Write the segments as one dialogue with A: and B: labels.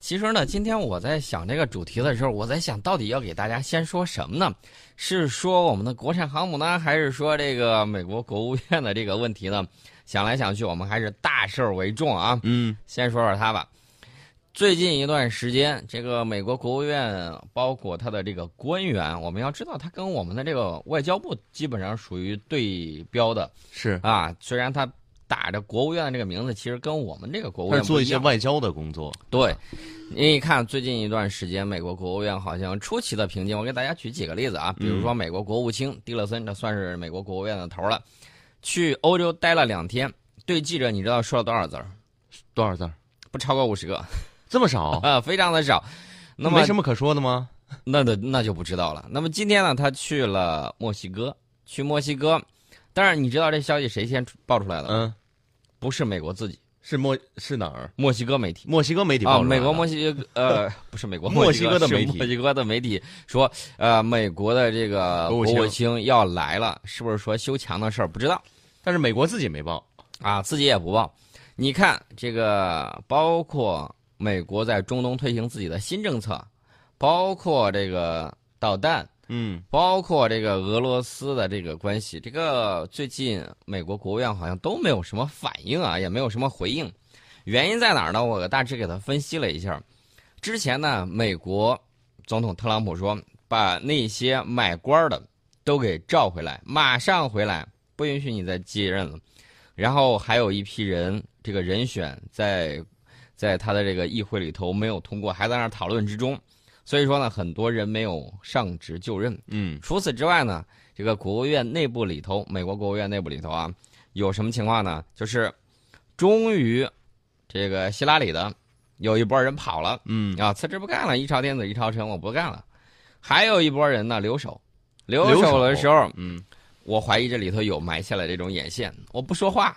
A: 其实呢，今天我在想这个主题的时候，我在想到底要给大家先说什么呢？是说我们的国产航母呢，还是说这个美国国务院的这个问题呢？想来想去，我们还是大事儿为重啊。
B: 嗯，
A: 先说说它吧。最近一段时间，这个美国国务院包括它的这个官员，我们要知道，它跟我们的这个外交部基本上属于对标的
B: 是，
A: 啊。虽然它打着国务院的这个名字，其实跟我们这个国务
B: 但
A: 院
B: 是做
A: 不
B: 一
A: 一
B: 些
A: 样。啊
B: 外交的工作。
A: 对，你看最近一段时间，美国国务院好像出奇的平静。我给大家举几个例子啊，比如
B: 嗯
A: 说美国国务卿蒂勒森，这算是美国国务院的头儿了，去欧洲待了两天，对记者你知道说了多少字儿？
B: 多少字儿？
A: 不超过五十个，
B: 这么少？
A: 啊， 非常的少。那么
B: 哦没什么可说的吗？
A: 那那那就不知道了。那么今天呢，他去了墨西哥，去墨西哥，但是你知道这消息谁先爆出来的？
B: 嗯，
A: 不是美国自己，
B: 是墨是哪儿？
A: 墨西哥媒体。
B: 墨西哥媒体报
A: 啊，
B: 出来
A: 美
B: 的
A: 国墨西哥 呃不是美国
B: 墨西
A: 西
B: 哥的
A: 是
B: 媒体
A: 墨西哥的媒体说，呃，美国的这个
B: 国务
A: 国
B: 卿
A: 务卿要来了，是不是说修墙的事儿不知道
B: 但是美国自己没报。
A: 啊？自己也不报。你看这个，包括美国在中东推行自己的新政策，包括这个导弹，
B: 嗯，
A: 包括这个俄罗斯的这个关系，这个最近美国国务院好像都没有什么反应啊，也没有什么回应。原因在哪儿呢？我大致给他分析了一下。之前呢，美国总统特朗普说，把那些买官儿的都给召回来，马上回来，不允许你再继任了。然后还有一批人，这个人选在在他的这个议会里头没有通过，还在那儿讨论之中。所以说呢，很多人没有上职就任。
B: 嗯，
A: 除此之外呢，这个国务院内部里头，美国国务院内部里头啊，有什么情况呢？就是终于这个希拉里的有一波人跑了，
B: 嗯，
A: 啊，辞职不干了，一朝天子一朝臣，我不干了。还有一波人呢留守，留
B: 留
A: 守
B: 守
A: 的时候，
B: 嗯，
A: 我怀疑这里头有埋下了这种眼线，我不说话。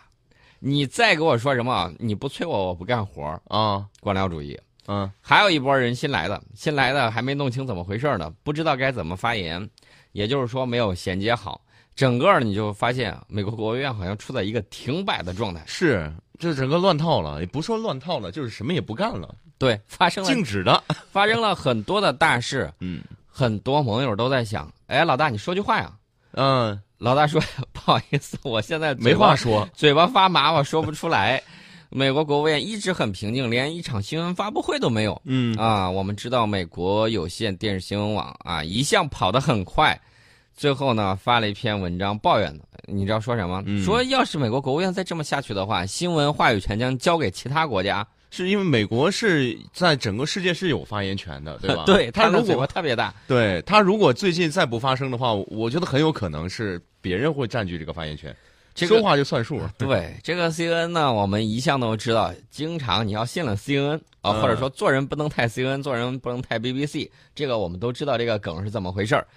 A: 你再给我说什么啊？你不催我，我不干活儿。
B: 啊，
A: 官僚主义，
B: 嗯，
A: 还有一波人新来的，新来的还没弄清怎么回事呢，不知道该怎么发言，也就是说没有衔接好，整个你就发现美国国务院好像处在一个停摆的状态。
B: 是，这整个乱套了，也不说乱套了，就是什么也不干了，
A: 对，发生了
B: 静止的。
A: 发生了很多的大事，
B: 嗯，
A: 很多盟友都在想，哎，老大你说句话呀。
B: 嗯，
A: 老大说 不好意思，我现在
B: 没
A: 嘴巴
B: 话，说。
A: 嘴巴发麻，我说不出来。美国国务院一直很平静，连一场新闻发布会都没有。
B: 嗯，
A: 啊，我们知道美国有线电视新闻网啊，一向跑得很快，最后呢发了一篇文章抱怨的，你知道说什么？
B: 嗯
A: 说要是美国国务院再这么下去的话，新闻话语权将交给其他国家。
B: 是因为美国是在整个世界是有发言权的，对 吧？
A: 对，
B: 他
A: 的
B: 如
A: 嘴
B: 果
A: 巴特别大。
B: 对他如果最近再不发声的话，我我觉得很有可能是别人会占据这个发言权，
A: 这个
B: 说话就算数。
A: 对这个 CNN 呢，我们一向都知道，经常你要信了 CNN 啊，或者
B: 嗯
A: 说做人不能太 CNN，做人不能太 BBC，这个我们都知道这个梗是怎么回事儿。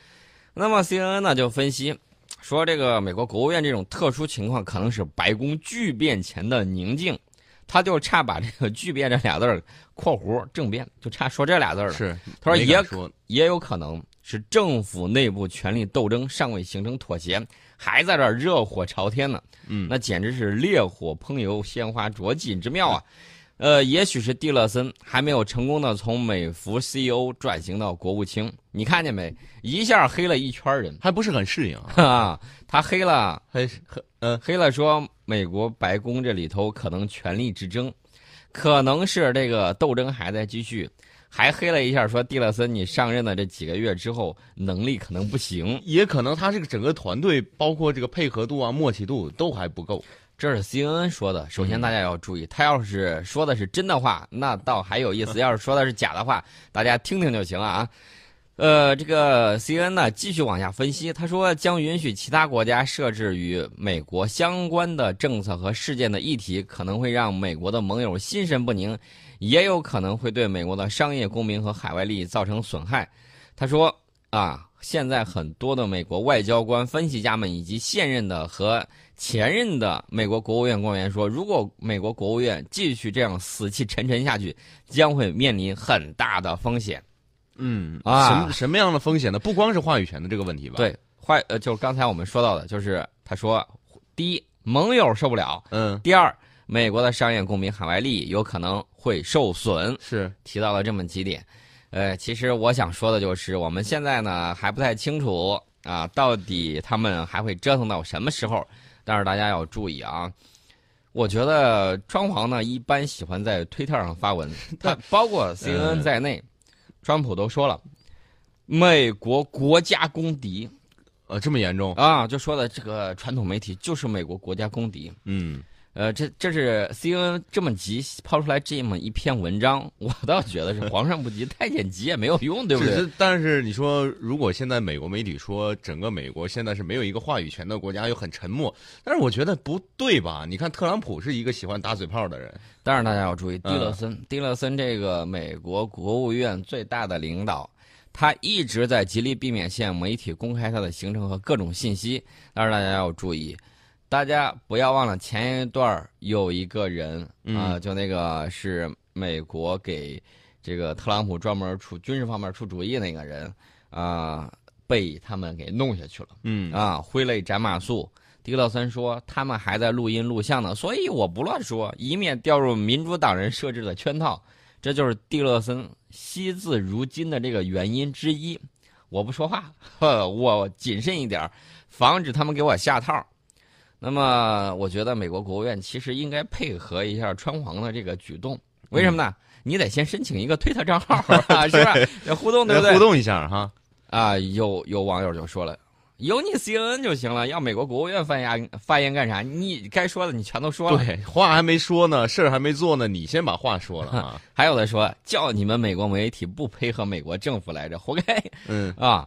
A: 那么 CNN 呢就分析说，这个美国国务院这种特殊情况可能是白宫巨变前的宁静，他就差把这个“巨变”这俩字儿括弧政变，就差说这俩字儿了。
B: 是，
A: 他说
B: 没
A: 也
B: 敢说
A: 也有可能是政府内部权力斗争尚未形成妥协，还在这儿热火朝天呢。
B: 嗯
A: 那简直是烈火烹油，鲜花着锦之妙啊！呃，也许是蒂勒森还没有成功的从美孚 CEO 转型到国务卿，你看见没？一下黑了一圈人，
B: 还不是很适应啊，
A: 哈、哈，他黑了
B: 还是很嗯
A: 黑了说美国白宫这里头可能权力之争，可能是这个斗争还在继续，还黑了一下说蒂勒森你上任的这几个月之后能力可能不行，
B: 也可能他这个整个团队，包括这个配合度啊、默契度都还不够。
A: 这是 CNN 说的。首先大家要注意，他要是说的是真的话，那倒还有意思；要是说的是假的话，大家听听就行了啊。呃，这个 CNN 呢继续往下分析，他说将允许其他国家设置与美国相关的政策和事件的议题，可能会让美国的盟友心神不宁，也有可能会对美国的商业公民和海外利益造成损害。他说啊，现在很多的美国外交官、分析家们以及现任的和前任的美国国务院官员说，如果美国国务院继续这样死气沉沉下去，将会面临很大的风险。
B: 嗯
A: 啊
B: 什么什么样的风险呢？不光是话语权的这个问题吧？，
A: 对，坏呃，就是刚才我们说到的，就是他说，第一，盟友受不了；
B: 嗯
A: 第二，美国的商业公民海外利益有可能会受损。
B: 是
A: 提到了这么几点。呃，其实我想说的就是，我们现在呢还不太清楚啊，到底他们还会折腾到什么时候。但是大家要注意啊，我觉得川皇呢一般喜欢在推特上发文，他包括 CNN 在内，川普都说了，美国国家公敌
B: 呃这么严重，
A: 啊，就说的这个传统媒体就是美国国家公敌。
B: 嗯，
A: 呃，这这是 CNN 这么急抛出来这么一篇文章，我倒觉得是皇上不急太监急也没有用，对不
B: 只
A: 对？
B: 是但是你说，如果现在美国媒体说整个美国现在是没有一个话语权的国家，又很沉默，但是我觉得不对吧？你看特朗普是一个喜欢打嘴炮的人，
A: 但是大家要注意，蒂
B: 嗯
A: 勒森，蒂勒森这个美国国务院最大的领导，他一直在极力避免向媒体公开他的行程和各种信息。但是大家要注意，大家不要忘了前一段儿有一个人啊、
B: 嗯
A: 就那个是美国给这个特朗普专门出军事方面出主意那个人啊、被他们给弄下去了。
B: 嗯
A: 啊，挥泪斩马谡。迪勒森说：“他们还在录音录像呢，所以我不乱说，以免掉入民主党人设置的圈套。”这就是蒂勒森惜字如金的这个原因之一。我不说话，呵， 我谨慎一点儿，防止他们给我下套。那么，我觉得美国国务院其实应该配合一下川皇的这个举动，为什么呢？你得先申请一个推特账号啊，是吧？要互动，对不对
B: 互？动一下哈，
A: 啊，有有网友就说了，有你 CNN 就行了，要美国国务院发言发言干啥？你该说的你全都说了。
B: 对，话还没说呢，事儿还没做呢，你先把话说了啊，
A: 还有的说叫你们美国媒体不配合美国政府来着，活该
B: 嗯，
A: 啊。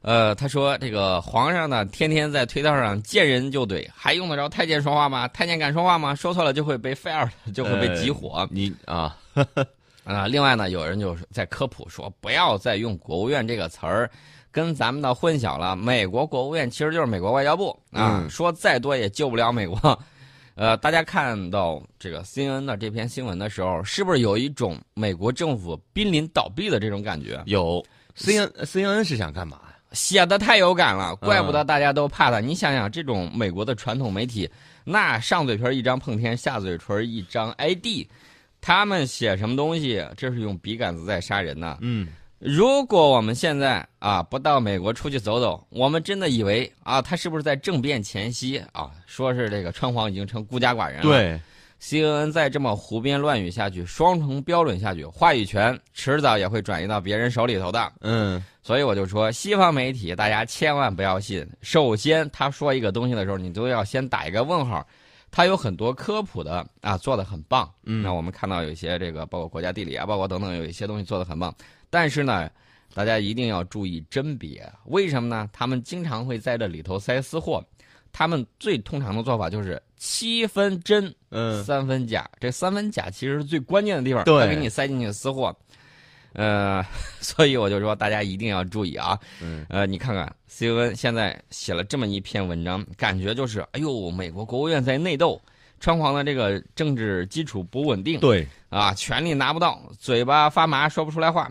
A: 呃，他说这个皇上呢，天天在推特上见人就怼，还用得着太监说话吗？太监敢说话吗？说错了就会被 fire，就会被
B: 呃
A: 集火。
B: 你啊，
A: 啊，另外呢，有人就是在科普说，不要再用国务院这个词儿，跟咱们的混淆了。美国国务院其实就是美国外交部啊，
B: 嗯
A: 说再多也救不了美国。 呃，大家看到这个 CNN 的这篇新闻的时候，是不是有一种美国政府濒临倒闭的这种感觉？
B: 有 C N C N 是想干嘛呀？
A: 写的太有感了，怪不得大家都怕他。你想想，这种美国的传统媒体，那上嘴皮一张碰天，下嘴唇一张挨地，他们写什么东西，这是用笔杆子在杀人呐、
B: 嗯，
A: 如果我们现在啊不到美国出去走走，我们真的以为啊他是不是在政变前夕啊，说是这个川皇已经成孤家寡人了。
B: 对，
A: ，CNN 再这么胡编乱语下去，双重标准下去，话语权迟早也会转移到别人手里头的。
B: 嗯，
A: 所以我就说，西方媒体大家千万不要信。首先，他说一个东西的时候，你都要先打一个问号。他有很多科普的啊，做的很棒。
B: 嗯
A: 那我们看到有一些这个，包括国家地理啊，包括等等，有一些东西做的很棒。但是呢，大家一定要注意甄别。为什么呢？他们经常会在这里头塞私货。他们最通常的做法就是七分真，
B: 嗯，
A: 三分假，这三分假其实是最关键的地方，
B: 对
A: 它给你塞进去私货。呃， 所以我就说大家一定要注意啊。
B: 嗯，
A: 呃，你看看 CNN 现在写了这么一篇文章，感觉就是，哎呦，美国国务院在内斗，川皇的这个政治基础不稳定
B: 对，
A: 啊，权力拿不到，嘴巴发麻说不出来话，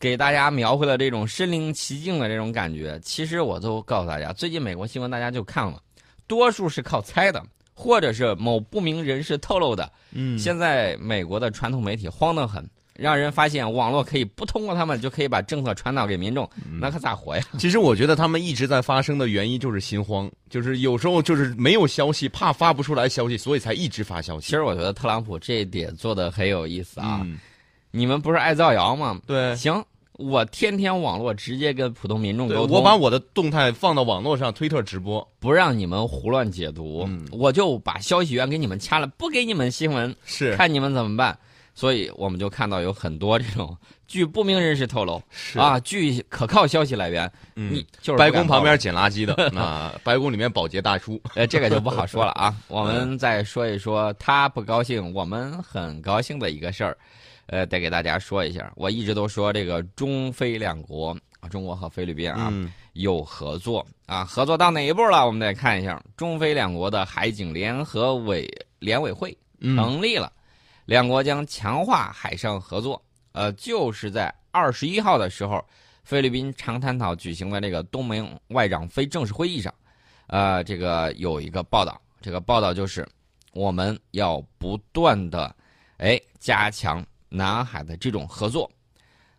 A: 给大家描绘了这种身临其境的这种感觉。其实我都告诉大家，最近美国新闻大家就看了，多数是靠猜的，或者是某不明人士透露的。
B: 嗯，
A: 现在美国的传统媒体慌得很，让人发现网络可以不通过他们就可以把政策传导给民众，
B: 嗯
A: 那可咋 活呀？
B: 其实我觉得他们一直在发生的原因就是心慌，就是有时候就是没有消息，怕发不出来消息，所以才一直发消息。
A: 其实我觉得特朗普这一点做的很有意思啊。
B: 嗯，
A: 你们不是爱造谣吗？
B: 对，
A: 行，我天天网络直接跟普通民众
B: 对
A: 沟通。
B: 我把我的动态放到网络上，推特直播。
A: 不让你们胡乱解读，
B: 嗯
A: 我就把消息源给你们掐了，不给你们新闻，
B: 是
A: 看你们怎么办。所以我们就看到有很多这种据不明人士透露
B: 是，
A: 啊，据可靠消息来源，
B: 嗯
A: 你就是
B: 白
A: 不敢
B: 宫旁
A: 报
B: 边捡垃圾的 啊，白宫里面保洁大叔。
A: 呃，这个就不好说了啊。 我们再说一说他不高兴，我们很高兴的一个事儿，呃，得给大家说一下。我一直都说这个中非两国，啊中国和菲律宾啊，
B: 嗯
A: 有合作啊，合作到哪一步了？我们得看一下，中非两国的海警联合委联委会
B: 嗯
A: 成立了，两国将强化海上合作。呃，就是在二十一号的时候，菲律宾长滩岛举行的这个东盟外长非正式会议上，呃，这个有一个报道，这个报道就是我们要不断的哎加强南海的这种合作。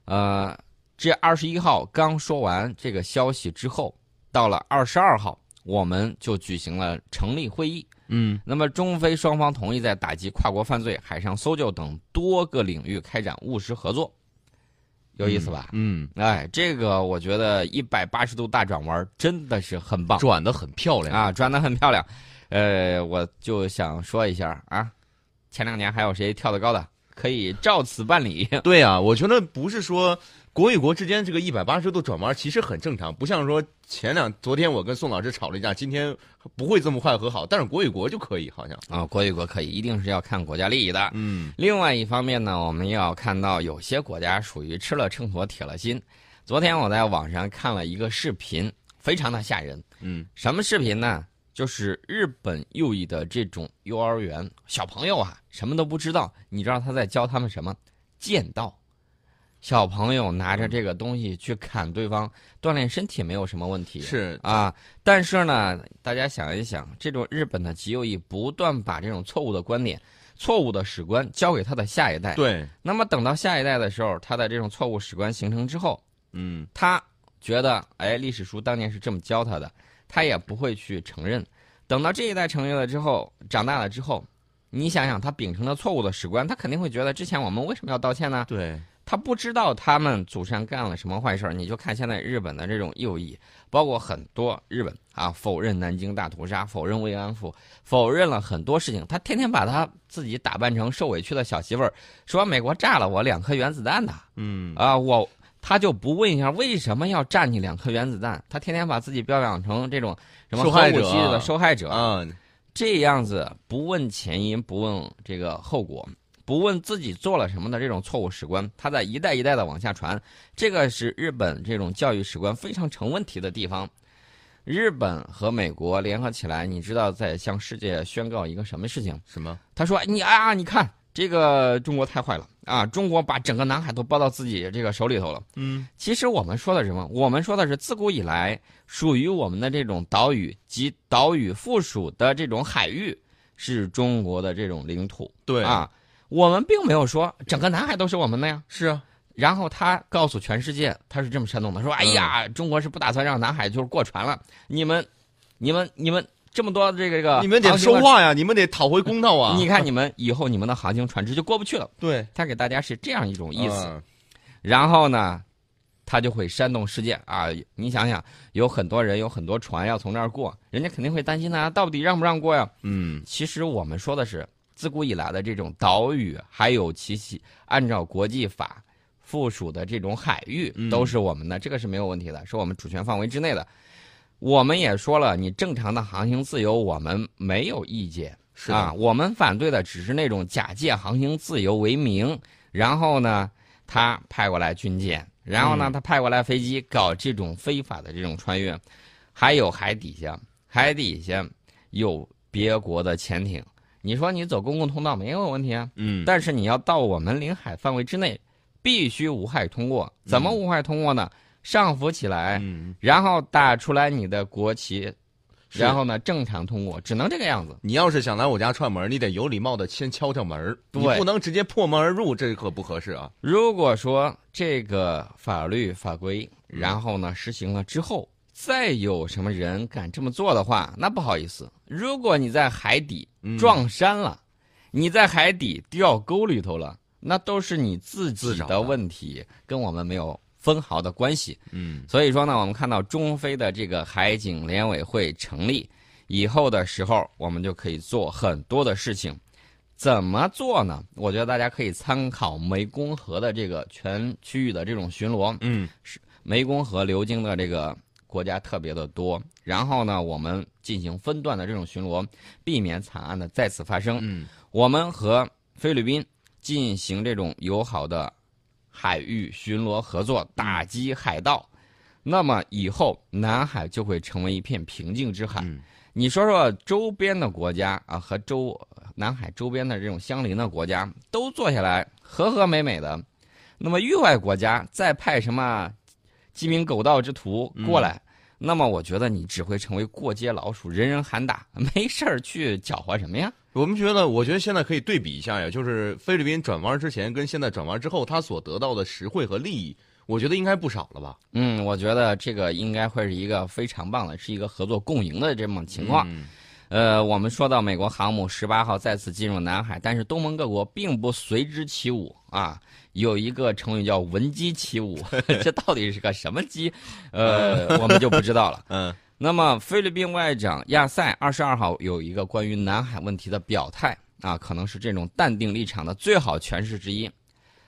A: 呃，这二十一号刚说完这个消息之后，到了二十二号，我们就举行了成立会议。
B: 嗯
A: 那么，中非双方同意在打击跨国犯罪、海上搜救等多个领域开展务实合作，有意思吧？
B: 嗯，
A: 哎，这个我觉得一百八十度大转弯真的是很棒
B: 转的很漂亮。
A: 啊，转的很漂亮。呃，我就想说一下啊，前两年还有谁跳得高的？可以照此办理。
B: 对啊，我觉得不是说国与国之间这个一百八十度转弯其实很正常，不像说前两昨天我跟宋老师吵了一架，今天不会这么快和好，但是国与国就可以好像。
A: 啊、国与国可以，一定是要看国家利益的。
B: 嗯
A: 另外一方面呢，我们要看到有些国家属于吃了秤砣铁了心。昨天我在网上看了一个视频，非常的吓人。
B: 嗯
A: 什么视频呢？就是日本右翼的这种幼儿园小朋友啊，什么都不知道，你知道他在教他们什么？剑道。小朋友拿着这个东西去砍对方，锻炼身体没有什么问题。
B: 是
A: 啊，但是呢，大家想一想，这种日本的极右翼不断把这种错误的观点、错误的史观交给他的下一代。，
B: 对
A: 那么等到下一代的时候，他的这种错误史观形成之后，
B: 嗯
A: 他觉得，哎，历史书当年是这么教他的，他也不会去承认。等到这一代成年了之后，长大了之后，你想想，他秉承了错误的史观，他肯定会觉得之前我们为什么要道歉呢？
B: 对
A: 他不知道他们祖上干了什么坏事儿。你就看现在日本的这种右翼，包括很多日本啊，否认南京大屠杀，否认慰安妇，否认了很多事情。他天天把他自己打扮成受委屈的小媳妇儿，说美国炸了我两颗原子弹呐、
B: 嗯
A: 啊，我他就不问一下为什么要炸你两颗原子弹？他天天把自己标榜成这种什么
B: 受害
A: 核武
B: 者
A: 器的受害者，
B: 啊
A: 这样子不问前因，不问这个后果，不问自己做了什么的这种错误史观，他在一代一代的往下传，这个是日本这种教育史观非常成问题的地方。日本和美国联合起来，你知道在向世界宣告一个什么事情？
B: 什么
A: 他说：“你啊，你看这个中国太坏了啊！中国把整个南海都包到自己这个手里头了。
B: 嗯
A: 其实我们说的是什么？我们说的是自古以来属于我们的这种岛屿及岛屿附属的这种海域是中国的这种领土
B: 对
A: 啊。我们并没有说整个南海都是我们的呀。
B: 是啊
A: 然后他告诉全世界，他是这么煽动的，
B: 嗯
A: 说：“哎呀，中国是不打算让南海就是过船了，你们，你们，你们这么多这个这个，
B: 你们得说。”话呀，你们得讨回公道 啊。
A: 你看，你们以后你们的航行船只就过不去了。
B: 对
A: 他给大家是这样一种意思，
B: 嗯
A: 然后呢，他就会煽动世界啊！你想想，有很多人，有很多船要从那儿过，人家肯定会担心啊，到底让不让过呀？
B: 嗯
A: 其实我们说的是，自古以来的这种岛屿，还有其其按照国际法附属的这种海域，
B: 嗯
A: 都是我们的，这个是没有问题的，是我们主权范围之内的。我们也说了，你正常的航行自由，我们没有意见。
B: 是的
A: 啊，我们反对的只是那种假借航行自由为名，然后呢，他派过来军舰，然后
B: 嗯
A: 呢，他派过来飞机，搞这种非法的这种穿越，还有海底下，海底下有别国的潜艇，你说你走公共通道没有问题啊，
B: 嗯
A: 但是你要到我们领海范围之内，必须无害通过。怎么无害通过呢？上浮起来，
B: 嗯
A: 然后打出来你的国旗，
B: 是
A: 然后呢正常通过，只能这个样子。
B: 你要是想来我家串门，你得有礼貌的先敲敲门儿，你
A: 对
B: 不能直接破门而入，这可不合适啊。
A: 如果说这个法律法规，
B: 嗯
A: 然后呢实行了之后，再有什么人敢这么做的话，那不好意思，如果你在海底
B: 嗯
A: 撞山了，你在海底掉沟里头了，那都是你自己
B: 自找
A: 的
B: 的
A: 问题，跟我们没有分毫的关系。
B: 嗯
A: 所以说呢，我们看到中非的这个海警联委会成立以后的时候，我们就可以做很多的事情。怎么做呢？我觉得大家可以参考湄公河的这个全区域的这种巡逻。
B: 嗯
A: 湄公河流经的这个国家特别的多，然后呢，我们进行分段的这种巡逻，避免惨案的再次发生。
B: 嗯
A: 我们和菲律宾进行这种友好的海域巡逻合作，打击海盗。
B: 嗯
A: 那么以后南海就会成为一片平静之海。
B: 嗯
A: 你说说周边的国家啊，和周南海周边的这种相邻的国家都坐下来和和美美的，那么域外国家再派什么鸡鸣狗盗之徒过来，那么我觉得你只会成为过街老鼠，人人喊打，没事儿去搅和什么呀？
B: 我们觉得，我觉得现在可以对比一下呀，就是菲律宾转弯之前跟现在转弯之后，他所得到的实惠和利益，我觉得应该不少了吧？
A: 嗯，我觉得这个应该会是一个非常棒的，是一个合作共赢的这么情况。
B: 嗯
A: 呃，我们说到美国航母十八号再次进入南海，但是东盟各国并不随之起舞啊。有一个成语叫“闻鸡起 舞”，这到底是个什么鸡？呃，我们就不知道了。
B: 嗯
A: 那么，菲律宾外长亚塞二十二号有一个关于南海问题的表态啊，可能是这种淡定立场的最好诠释之一。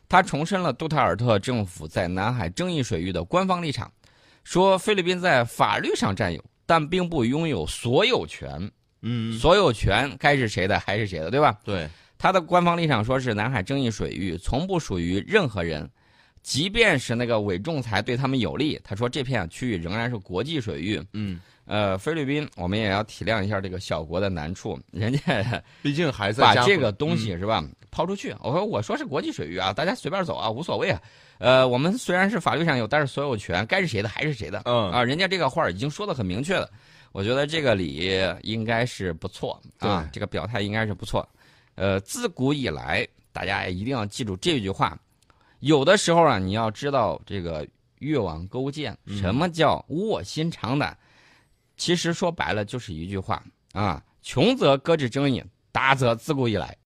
A: 他重申了杜特尔特政府在南海争议水域的官方立场，说菲律宾在法律上占有，但并不拥有所有权。
B: 嗯，
A: 所有权该是谁的还是谁的，对吧？
B: 对，
A: 他的官方立场说是南海争议水域从不属于任何人，即便是那个伪仲裁对他们有利，他说这片区域仍然是国际水域。
B: 嗯，
A: 呃，菲律宾我们也要体谅一下这个小国的难处，人家
B: 毕竟还在
A: 把
B: 加
A: 这
B: 盟
A: 个东西是吧抛出去。我说我说是国际水域啊，大家随便走啊，无所谓啊。呃，我们虽然是法律上有，但是所有权该是谁的还是谁的。
B: 嗯
A: 啊，人家这个话儿已经说的很明确了，我觉得这个理应该是不错啊，这个表态应该是不错。呃，自古以来，大家一定要记住这句话。有的时候啊，你要知道这个越王勾践，什么叫卧薪尝胆？其实说白了就是一句话啊：穷则搁置争议，达则自古以来。